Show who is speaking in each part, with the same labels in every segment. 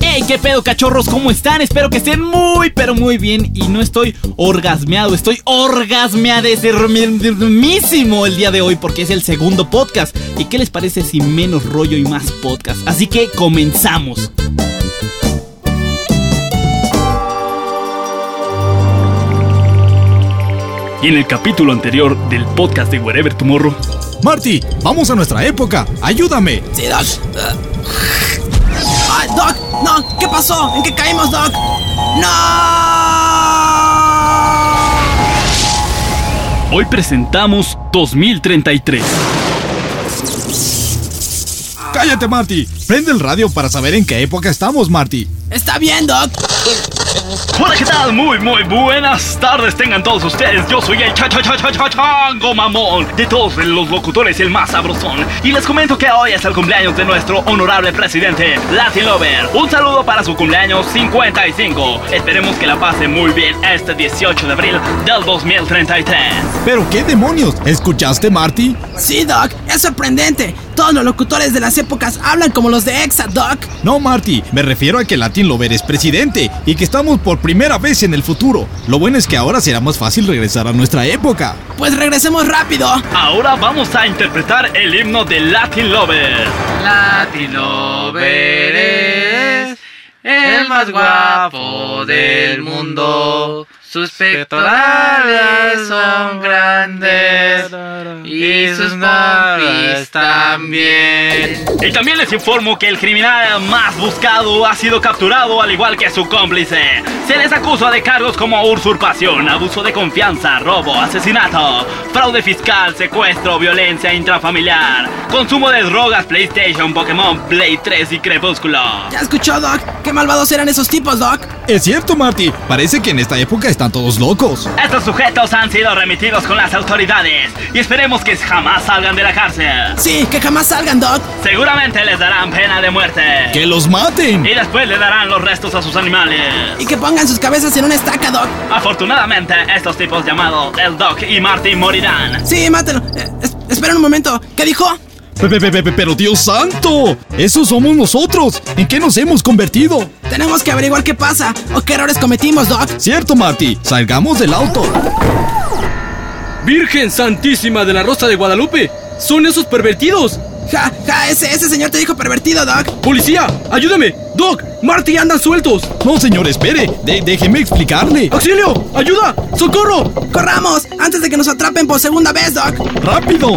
Speaker 1: Hey, qué pedo, cachorros, ¿cómo están? Espero que estén muy, pero muy bien. Y no estoy orgasmeado, estoy orgasmeadísimo el día de hoy porque es el segundo podcast. ¿Y qué les parece si menos rollo y más podcast? Así que comenzamos.
Speaker 2: Y en el capítulo anterior del podcast de Wherever Tomorrow,
Speaker 3: Marty, vamos a nuestra época. Ayúdame.
Speaker 4: Sí, Doc. Ah, eh. Doc, no, ¿qué pasó? ¿En qué caímos, Doc? ¡No!
Speaker 2: hoy presentamos 2033.
Speaker 3: Cállate, Marty. Prende el radio para saber en qué época estamos, Marty.
Speaker 4: Está bien, Doc.
Speaker 2: Hola, ¿qué tal? Muy, muy buenas tardes tengan todos ustedes. Yo soy el cha cha cha cha cha chango mamón de todos los locutores, el más sabrosón. Y les comento que hoy es el cumpleaños de nuestro honorable presidente, Latin Lover. Un saludo para su cumpleaños 55. Esperemos que la pase muy bien este 18 de abril del 2033.
Speaker 3: Pero qué demonios. ¿Escuchaste, Marty?
Speaker 4: Sí, Doc, es sorprendente. Todos los locutores de las épocas hablan como los de Exa, Doc.
Speaker 3: No, Marty. Me refiero a que Latin Lover es presidente y que estamos por primera vez en el futuro. Lo bueno es que ahora será más fácil regresar a nuestra época.
Speaker 4: Pues regresemos rápido.
Speaker 2: Ahora vamos a interpretar el himno de Latin Lover. Latin Lover es
Speaker 5: el más guapo del mundo. Sus pectorales son grandes y sus pompis también.
Speaker 2: Y también les informo que el criminal más buscado ha sido capturado al igual que su cómplice. Se les acusa de cargos como usurpación, abuso de confianza, robo, asesinato, fraude fiscal, secuestro, violencia intrafamiliar, consumo de drogas, PlayStation, Pokémon, Play 3 y Crepúsculo.
Speaker 4: ¿Ya escuchó, Doc? ¿Qué malvados eran esos tipos, Doc?
Speaker 3: Es cierto, Marty. Parece que en esta época están todos locos.
Speaker 2: Estos sujetos han sido remitidos con las autoridades y esperemos que jamás salgan de la cárcel.
Speaker 4: Sí, que jamás salgan, Doc.
Speaker 2: Seguramente les darán pena de muerte.
Speaker 3: ¡Que los maten!
Speaker 2: Y después le darán los restos a sus animales.
Speaker 4: Y que pongan sus cabezas en una estaca, Doc.
Speaker 2: Afortunadamente, estos tipos llamados El Doc y Marty morirán.
Speaker 4: Sí, mátelo. Eh, es- espera un momento. ¿Qué dijo?
Speaker 3: Pe- pe- pe- pe- Pero Dios santo, esos somos nosotros. ¿En qué nos hemos convertido?
Speaker 4: Tenemos que averiguar qué pasa o qué errores cometimos, Doc.
Speaker 3: Cierto, Marty. Salgamos del auto.
Speaker 6: Virgen Santísima de la Rosa de Guadalupe. Son esos pervertidos.
Speaker 4: Ja, ja, ese, ese señor te dijo pervertido, Doc.
Speaker 6: Policía, ayúdame. Doc, Marty andan sueltos.
Speaker 3: No, señor, espere. De- déjeme explicarle.
Speaker 7: Ah,
Speaker 6: Auxilio, ayuda, socorro.
Speaker 4: ¡Corramos! Antes de que nos atrapen por segunda vez, Doc.
Speaker 3: ¡Rápido!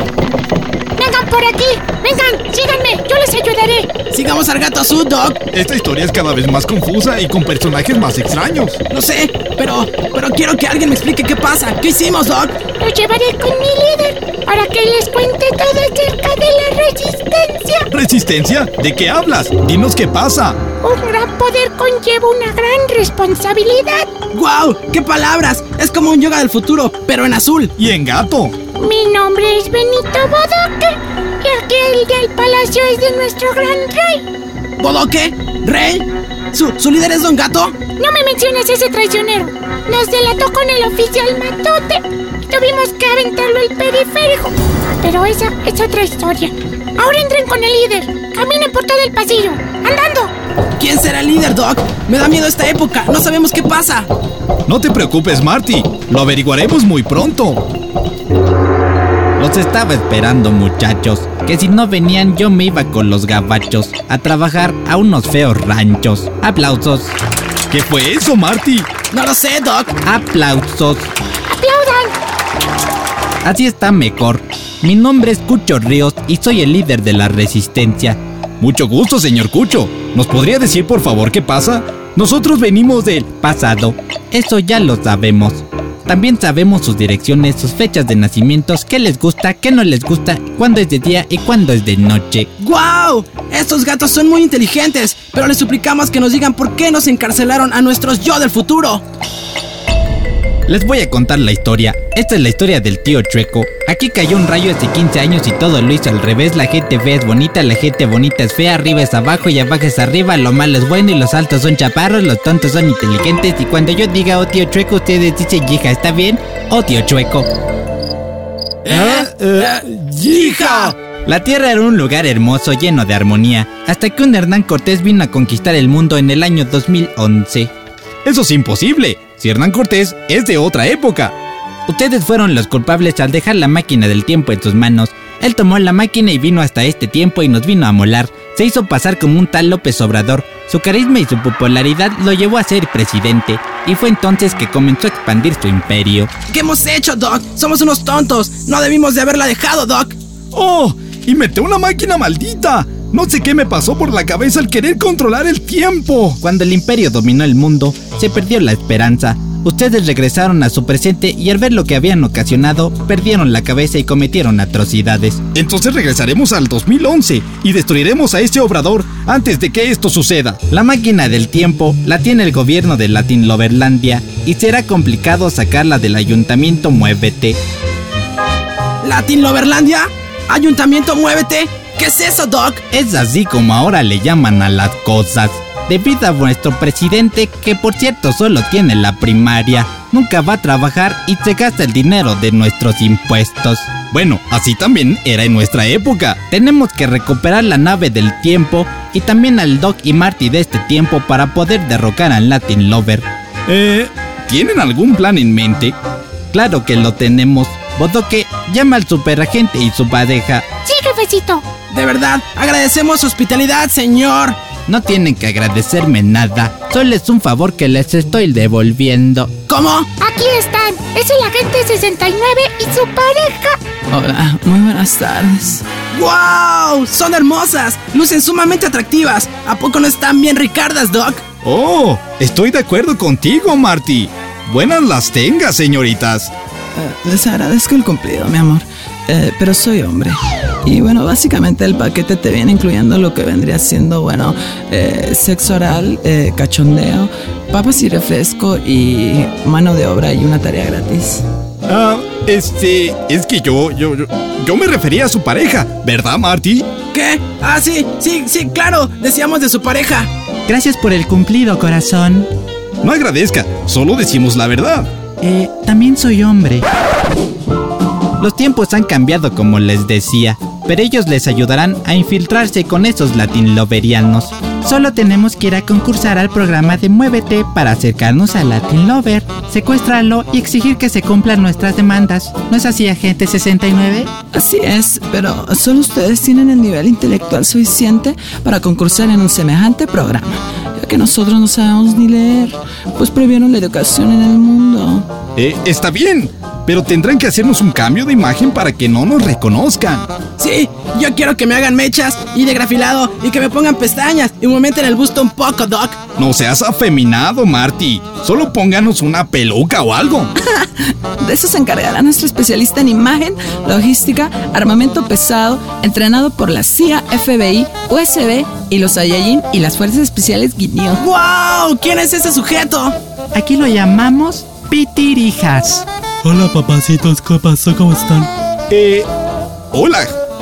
Speaker 8: Vengan por aquí, vengan, síganme, yo les ayudaré.
Speaker 4: Sigamos al gato azul, Doc.
Speaker 3: Esta historia es cada vez más confusa y con personajes más extraños.
Speaker 4: No sé, pero, pero quiero que alguien me explique qué pasa. ¿Qué hicimos, Doc?
Speaker 8: Los llevaré con mi líder para que les cuente todo acerca de la resistencia.
Speaker 3: ¿Resistencia? ¿De qué hablas? Dinos qué pasa.
Speaker 8: Un gran poder conlleva una gran responsabilidad.
Speaker 4: ¡Guau! ¡Qué palabras! Es como un yoga del futuro, pero en azul.
Speaker 3: Y en gato.
Speaker 8: Mi nombre es Benito Bodoque y aquí el del palacio es de nuestro gran rey.
Speaker 4: ¿Bodoque? ¿Rey? ¿Su, su líder es Don Gato?
Speaker 8: No me menciones ese traicionero. Nos delató con el oficial Matote. Tuvimos que aventarlo al periférico. Pero esa es otra historia. Ahora entren con el líder. Caminen por todo el pasillo. Andando.
Speaker 4: ¿Quién será el líder, Doc? Me da miedo esta época. No sabemos qué pasa.
Speaker 3: No te preocupes, Marty. Lo averiguaremos muy pronto.
Speaker 7: Los estaba esperando, muchachos. Que si no venían, yo me iba con los gabachos a trabajar a unos feos ranchos. Aplausos,
Speaker 3: ¿Qué fue eso, Marty?
Speaker 4: No lo sé, Doc.
Speaker 7: aplausos.
Speaker 8: ¡Aplaudan!
Speaker 7: Así está mejor. Mi nombre es Cucho Ríos y soy el líder de la resistencia.
Speaker 3: Mucho gusto, señor Cucho. ¿Nos podría decir, por favor, qué pasa? Nosotros venimos del...
Speaker 7: Pasado, eso ya lo sabemos. También sabemos sus direcciones, sus fechas de nacimientos, qué les gusta, qué no les gusta, cuándo es de día y cuándo es de noche.
Speaker 4: ¡Guau! Estos gatos son muy inteligentes, pero les suplicamos que nos digan por qué nos encarcelaron a nuestros yo del futuro.
Speaker 7: Les voy a contar la historia. Esta es la historia del tío Chueco. Aquí cayó un rayo hace 15 años y todo lo hizo al revés. La gente fea es bonita, la gente bonita es fea, arriba es abajo y abajo es arriba, lo malo es bueno y los altos son chaparros, los tontos son inteligentes y cuando yo diga oh tío Chueco ustedes dicen hija, ¿está bien? Oh tío Chueco.
Speaker 4: ¡Hija!
Speaker 7: La tierra era un lugar hermoso lleno de armonía, hasta que un Hernán Cortés vino a conquistar el mundo en el año 2011.
Speaker 3: Eso es imposible. Si Hernán Cortés es de otra época.
Speaker 7: Ustedes fueron los culpables al dejar la máquina del tiempo en sus manos. Él tomó la máquina y vino hasta este tiempo y nos vino a molar. Se hizo pasar como un tal López Obrador. Su carisma y su popularidad lo llevó a ser presidente. Y fue entonces que comenzó a expandir su imperio.
Speaker 4: ¿Qué hemos hecho, Doc? Somos unos tontos. No debimos de haberla dejado, Doc.
Speaker 3: ¡Oh! Y metió una máquina maldita. No sé qué me pasó por la cabeza al querer controlar el tiempo.
Speaker 7: Cuando el imperio dominó el mundo, se perdió la esperanza. Ustedes regresaron a su presente y al ver lo que habían ocasionado, perdieron la cabeza y cometieron atrocidades.
Speaker 3: Entonces regresaremos al 2011 y destruiremos a este obrador antes de que esto suceda.
Speaker 7: La máquina del tiempo la tiene el gobierno de Latin Loverlandia y será complicado sacarla del ayuntamiento
Speaker 3: E
Speaker 7: Muévete.
Speaker 4: ¿Latin Loverlandia? ¿Ayuntamiento Muévete? ¿Qué es eso, Doc?
Speaker 7: Es así como ahora le llaman a las cosas. Debido a nuestro presidente, que por cierto solo tiene la primaria, nunca va a trabajar y se gasta el dinero de nuestros impuestos.
Speaker 3: Bueno, así también era en nuestra época.
Speaker 7: Tenemos que recuperar la nave del tiempo y también al Doc y Marty de este tiempo para poder derrocar al Latin Lover.
Speaker 3: Eh, ¿tienen algún plan en mente?
Speaker 7: Claro que lo tenemos. Bodoque llama al superagente y su pareja.
Speaker 9: Sí, jefecito.
Speaker 4: De verdad, agradecemos su hospitalidad, señor.
Speaker 7: No tienen que agradecerme nada, solo es un favor que les estoy devolviendo.
Speaker 4: ¿Cómo?
Speaker 9: Aquí están. Es el agente 69 y su pareja.
Speaker 6: Hola, muy buenas tardes.
Speaker 4: ¡Wow! Son hermosas, lucen sumamente atractivas. ¿A poco no están bien ricardas, Doc?
Speaker 3: ¡Oh! Estoy de acuerdo contigo, Marty. Buenas las tengas, señoritas.
Speaker 6: Eh, les agradezco el cumplido, mi amor. Eh, pero soy hombre. Y bueno, básicamente el paquete te viene incluyendo lo que vendría siendo, bueno, eh, sexo oral, eh, cachondeo, papas y refresco y mano de obra y una tarea gratis.
Speaker 3: Ah, este, es que yo, yo, yo, yo me refería a su pareja, ¿verdad, Marty?
Speaker 4: ¿Qué? Ah, sí, sí, sí, claro, decíamos de su pareja.
Speaker 6: Gracias por el cumplido, corazón.
Speaker 3: No agradezca, solo decimos la verdad.
Speaker 6: Eh, también soy hombre.
Speaker 7: Los tiempos han cambiado como les decía, pero ellos les ayudarán a infiltrarse con esos latinloverianos.
Speaker 6: Solo tenemos que ir a concursar al programa de Muévete para acercarnos al Latin Lover, secuestrarlo y exigir que se cumplan nuestras demandas. ¿No es así, agente 69? Así es, pero solo ustedes tienen el nivel intelectual suficiente para concursar en un semejante programa, ya que nosotros no sabemos ni leer, pues prohibieron la educación en el mundo.
Speaker 3: Eh, está bien, pero tendrán que hacernos un cambio de imagen para que no nos reconozcan.
Speaker 4: Sí, yo quiero que me hagan mechas y de grafilado y que me pongan pestañas y me aumenten el busto un poco, Doc.
Speaker 3: No seas afeminado, Marty. Solo pónganos una peluca o algo.
Speaker 6: De eso se encargará nuestro especialista en imagen, logística, armamento pesado, entrenado por la CIA, FBI, USB y los Saiyajin y las Fuerzas Especiales Guineo.
Speaker 4: ¡Wow! ¿Quién es ese sujeto?
Speaker 6: Aquí lo llamamos Pitirijas.
Speaker 10: Hola papacitos, ¿qué pasó? ¿Cómo están?
Speaker 3: Eh, hola,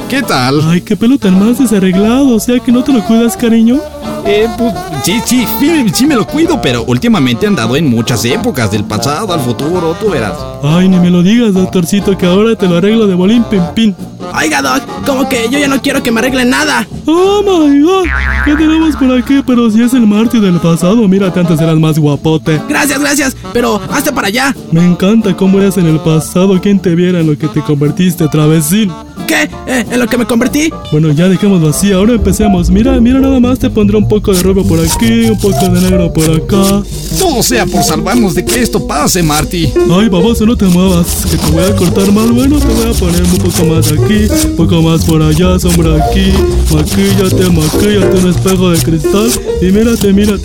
Speaker 3: ¿qué tal?
Speaker 10: Ay, qué pelo tan más desarreglado, o sea que no te lo cuidas, cariño.
Speaker 3: Eh, pues sí, sí, sí, sí me lo cuido, pero últimamente han dado en muchas épocas, del pasado al futuro, tú verás.
Speaker 10: Ay, ni me lo digas, doctorcito, que ahora te lo arreglo de bolín pim pim.
Speaker 4: Oiga, Doc, como que yo ya no quiero que me arreglen nada.
Speaker 10: ¡Oh, my God! ¿Qué tenemos por aquí? Pero si es el Marty del pasado, mírate, antes eras más guapote.
Speaker 4: Gracias, gracias, pero hasta para allá.
Speaker 10: Me encanta cómo eras en el pasado, quién te viera en lo que te convertiste, travesín.
Speaker 4: ¿Qué? Eh, ¿En lo que me convertí?
Speaker 10: Bueno, ya dejémoslo así, ahora empecemos. Mira, mira, nada más te pondré un poco de rojo por aquí, un poco de negro por acá.
Speaker 3: Todo sea por salvarnos de que esto pase, Marty.
Speaker 10: Ay, baboso, no te muevas, que te voy a cortar más. Bueno, te voy a poner un poco más aquí, un poco más por allá, sombra aquí. Maquíllate, maquíllate, un espejo de cristal y mírate, mírate.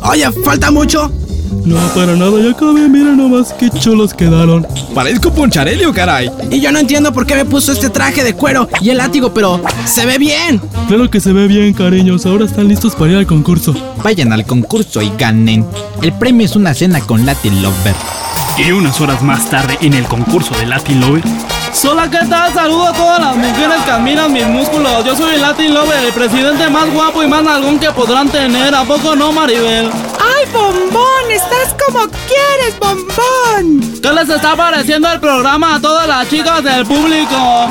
Speaker 4: Oye, falta mucho.
Speaker 10: No, para nada, ya acabé, mira nomás qué chulos quedaron.
Speaker 3: Parezco Poncharelio, caray.
Speaker 4: Y yo no entiendo por qué me puso este traje de cuero y el látigo, pero se ve bien.
Speaker 10: Claro que se ve bien, cariños, ahora están listos para ir al concurso.
Speaker 7: Vayan al concurso y ganen. El premio es una cena con Latin Lover.
Speaker 11: Y unas horas más tarde en el concurso de Latin Lover.
Speaker 2: Hola, ¿qué tal? Saludo a todas las mujeres que admiran mis músculos. Yo soy el Latin Lover, el presidente más guapo y más nalgón que podrán tener. ¿A poco no, Maribel?
Speaker 8: ¡Ay, bombón! ¡Estás como quieres, bombón!
Speaker 2: ¿Qué les está pareciendo el programa a todas las chicas del público?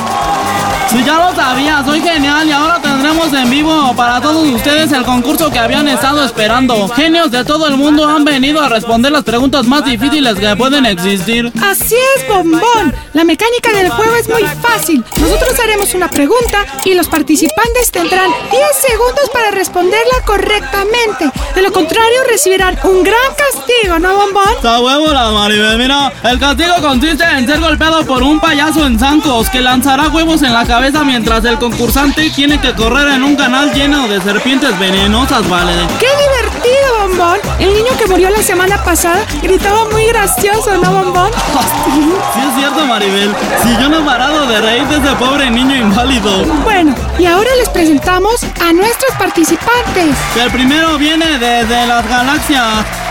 Speaker 2: Si ya lo sabía, soy genial y ahora tendremos en vivo para todos ustedes el concurso que habían estado esperando. Genios de todo el mundo han venido a responder las preguntas más difíciles que pueden existir.
Speaker 8: Así es, bombón. La mecánica del juego es muy fácil. Nosotros haremos una pregunta y los participantes tendrán 10 segundos para responderla correctamente. De lo contrario, recibirán un gran castigo, ¿no, bombón?
Speaker 2: Está huevo la Maribel, mira. El castigo consiste en ser golpeado por un payaso en zancos que lanzará huevos en la cabeza mientras el concursante tiene que correr en un canal lleno de serpientes venenosas, vale.
Speaker 8: ¡Qué divertido, bombón! El niño que murió la semana pasada gritaba muy gracioso, ¿no, bombón?
Speaker 2: Sí es cierto, Maribel. Si yo no he parado de reír de ese pobre niño inválido.
Speaker 8: Bueno, y ahora les presentamos a nuestros participantes.
Speaker 2: El primero viene desde las galaxias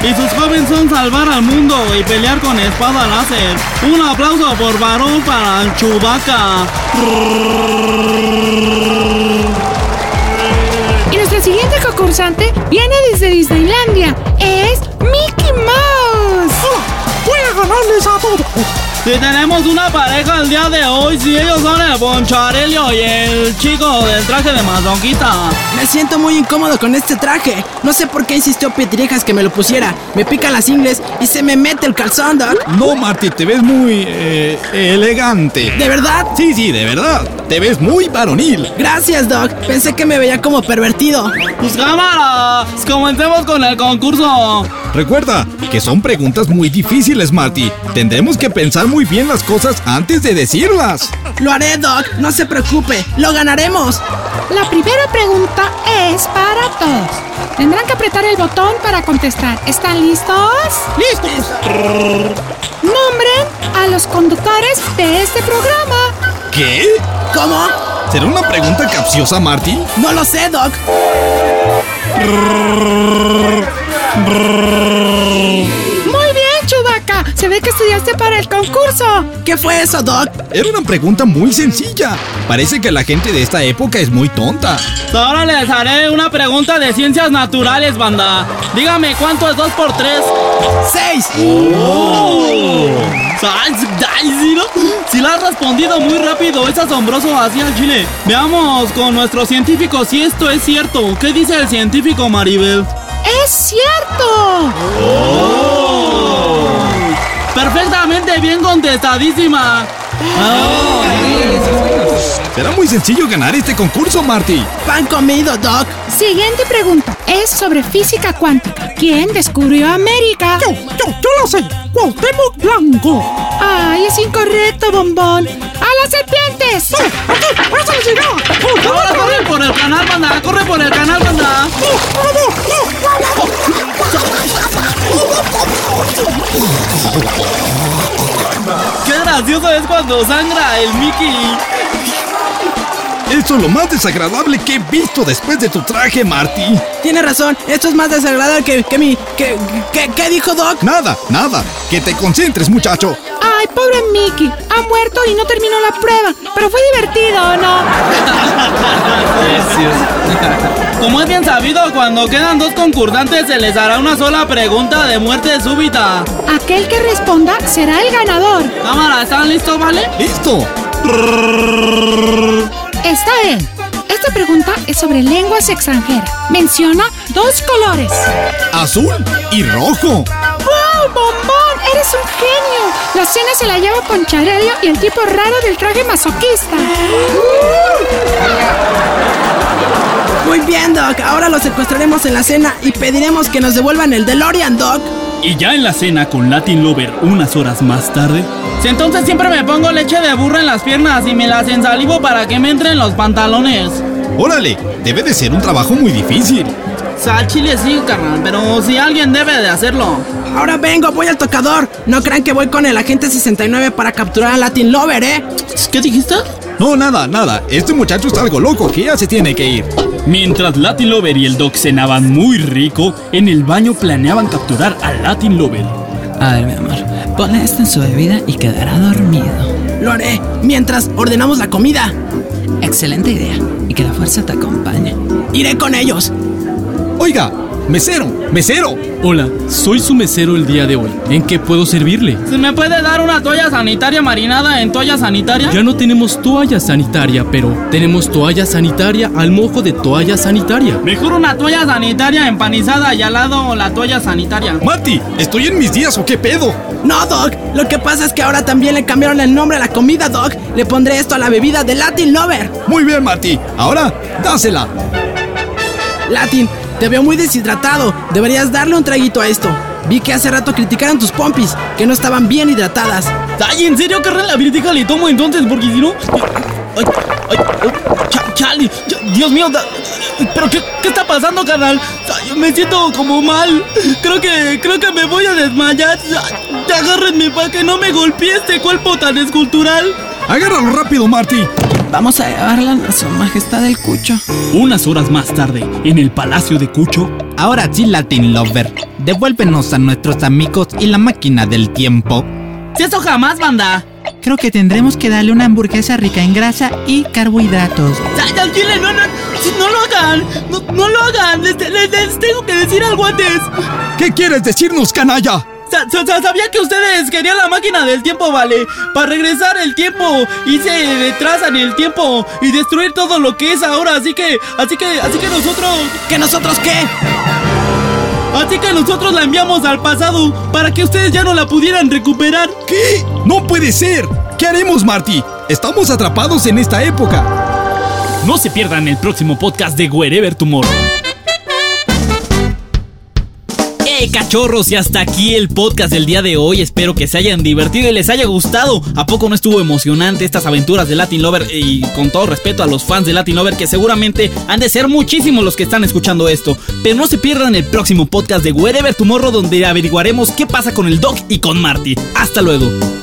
Speaker 2: y sus jóvenes son salvar al mundo y pelear con espada láser. Un aplauso por varón para el Chewbacca.
Speaker 8: Y nuestro siguiente concursante viene desde Disneylandia. Es Mickey Mouse.
Speaker 2: ¡Oh! voy a ganarles a todos. Si tenemos una pareja el día de hoy, si ellos son el Boncharelio y el chico del traje de mazonquita.
Speaker 4: Me siento muy incómodo con este traje. No sé por qué insistió Pietrijas que me lo pusiera. Me pican las ingles y se me mete el calzón, Doc.
Speaker 3: No, Marty, te ves muy eh, elegante.
Speaker 4: ¿De verdad?
Speaker 3: Sí, sí, de verdad. Te ves muy varonil.
Speaker 4: Gracias, Doc. Pensé que me veía como pervertido.
Speaker 2: ¡Pues cámaras! ¡Comencemos con el concurso!
Speaker 3: Recuerda que son preguntas muy difíciles, Marty. Tendremos que pensar muy bien las cosas antes de decirlas.
Speaker 4: Lo haré, Doc. No se preocupe. Lo ganaremos.
Speaker 8: La primera pregunta es para todos. Tendrán que apretar el botón para contestar. ¿Están listos?
Speaker 2: ¡Listos!
Speaker 8: Nombren a los conductores de este programa.
Speaker 3: ¿Qué?
Speaker 4: ¿Cómo?
Speaker 3: ¿Será una pregunta capciosa, Marty?
Speaker 4: No lo sé, Doc.
Speaker 8: Muy bien, Chubaca. Se ve que estudiaste para el concurso.
Speaker 4: ¿Qué fue eso, Doc?
Speaker 3: Era una pregunta muy sencilla. Parece que la gente de esta época es muy tonta.
Speaker 2: Ahora les haré una pregunta de ciencias naturales, banda. Dígame cuánto es 2 por 3.
Speaker 4: ¡Seis!
Speaker 2: Si Si la has respondido muy rápido, es asombroso hacia el chile. Veamos con nuestro científico si esto es cierto. ¿Qué dice el científico Maribel?
Speaker 8: ¡Es cierto!
Speaker 2: Oh. Perfectamente bien contestadísima.
Speaker 3: Será muy sencillo ganar este concurso, Marty.
Speaker 4: Pan comido, Doc.
Speaker 8: Siguiente pregunta es sobre física cuántica. ¿Quién descubrió América? Yo, yo, yo lo sé. Cuauhtémoc Blanco. Ay, es incorrecto, bombón. ¡A las serpientes! Uh,
Speaker 2: Ahora corre por el canal, banda. Corre por el canal, banda. Qué gracioso es cuando sangra el Mickey.
Speaker 3: Esto es lo más desagradable que he visto después de tu traje, Marty.
Speaker 4: Tiene razón. Esto es más desagradable que, que mi. Que, que- ¿Qué dijo, Doc?
Speaker 3: Nada, nada. Que te concentres, muchacho.
Speaker 8: Ay, pobre Mickey. Ha muerto y no terminó la prueba. Pero fue divertido, ¿o no?
Speaker 2: Como es bien sabido, cuando quedan dos concursantes se les hará una sola pregunta de muerte súbita.
Speaker 8: Aquel que responda será el ganador.
Speaker 2: Cámara, ¿están listos, vale?
Speaker 3: ¡Listo!
Speaker 8: Está bien. Esta pregunta es sobre lenguas extranjeras. Menciona dos colores.
Speaker 3: Azul y rojo.
Speaker 8: ¡Wow, bombón! ¡Eres un genio! La cena se la lleva Poncharelio y el tipo raro del traje masoquista. ¡Uh!
Speaker 4: Muy bien, Doc. Ahora lo secuestraremos en la cena y pediremos que nos devuelvan el DeLorean, Doc.
Speaker 1: Y ya en la cena con Latin Lover unas horas más tarde.
Speaker 2: Si entonces siempre me pongo leche de burra en las piernas y me las ensalivo para que me entren los pantalones.
Speaker 3: Órale, debe de ser un trabajo muy difícil.
Speaker 2: O sea, al chile sí, carnal, pero si alguien debe de hacerlo.
Speaker 4: Ahora vengo, voy al tocador. No crean que voy con el agente 69 para capturar a Latin Lover, ¿eh?
Speaker 2: ¿Qué dijiste?
Speaker 3: No, nada, nada. Este muchacho está algo loco que ya se tiene que ir.
Speaker 1: Mientras Latin Lover y el Doc cenaban muy rico, en el baño planeaban capturar a Latin Lover.
Speaker 6: A ver, mi amor, ponle esto en su bebida y quedará dormido.
Speaker 4: Lo haré mientras ordenamos la comida.
Speaker 6: Excelente idea. Y que la fuerza te acompañe.
Speaker 4: Iré con ellos.
Speaker 3: Oiga, mesero, mesero.
Speaker 12: Hola, soy su mesero el día de hoy. ¿En qué puedo servirle?
Speaker 2: ¿Se me puede dar una toalla sanitaria marinada en toalla sanitaria?
Speaker 12: Ya no tenemos toalla sanitaria, pero tenemos toalla sanitaria al mojo de toalla sanitaria.
Speaker 2: Mejor una toalla sanitaria empanizada y al lado la toalla sanitaria.
Speaker 3: Mati, ¿estoy en mis días o qué pedo?
Speaker 4: No, Doc. Lo que pasa es que ahora también le cambiaron el nombre a la comida, Doc. Le pondré esto a la bebida de Latin Lover.
Speaker 3: Muy bien, Mati. Ahora, dásela.
Speaker 4: Latin, te veo muy deshidratado. Deberías darle un traguito a esto. Vi que hace rato criticaron tus pompis, que no estaban bien hidratadas.
Speaker 2: Ay, ¿en serio, carnal? La crítica le tomo entonces, porque si no... Ay, ay, ay, oh, cha- chale, yo- Dios mío, da- ¿pero qué, qué está pasando, carnal? Ay, Me siento como mal. Creo que, creo que me voy a desmayar. Ay, Agárrenme para que no me golpee este cuerpo tan escultural.
Speaker 3: Agárralo rápido, Marty.
Speaker 4: Vamos a llevarla a su majestad el cucho.
Speaker 1: Unas horas más tarde, en el Palacio de Cucho,
Speaker 7: Ahora sí, Latin Lover, devuélvenos a nuestros amigos y la máquina del tiempo.
Speaker 2: Si eso jamás, banda.
Speaker 6: Creo que tendremos que darle una hamburguesa rica en grasa y carbohidratos.
Speaker 2: Ay, al chile, no, no, si no lo hagan. No, no lo hagan. Les, les- les tengo que decir algo antes.
Speaker 3: ¿Qué quieres decirnos, canalla?
Speaker 2: Sa- sa- sa- Sabía que ustedes querían la máquina del tiempo, vale. Para regresar el tiempo y se retrasan el tiempo y destruir todo lo que es ahora. Así que, así que, así que nosotros.
Speaker 4: ¿Que nosotros qué?
Speaker 2: Así que nosotros la enviamos al pasado para que ustedes ya no la pudieran recuperar.
Speaker 3: ¿Qué? ¡No puede ser! ¿Qué haremos, Marty? Estamos atrapados en esta época.
Speaker 1: no se pierdan el próximo podcast de Wherever Tomorrow. ¡Hey cachorros! Y hasta aquí el podcast del día de hoy. Espero que se hayan divertido y les haya gustado. ¿A poco no estuvo emocionante estas aventuras de Latin Lover? Y con todo respeto a los fans de Latin Lover, que seguramente han de ser muchísimos los que están escuchando esto. Pero no se pierdan el próximo podcast de Wherever Tomorrow, donde averiguaremos qué pasa con el Doc y con Marty. ¡Hasta luego!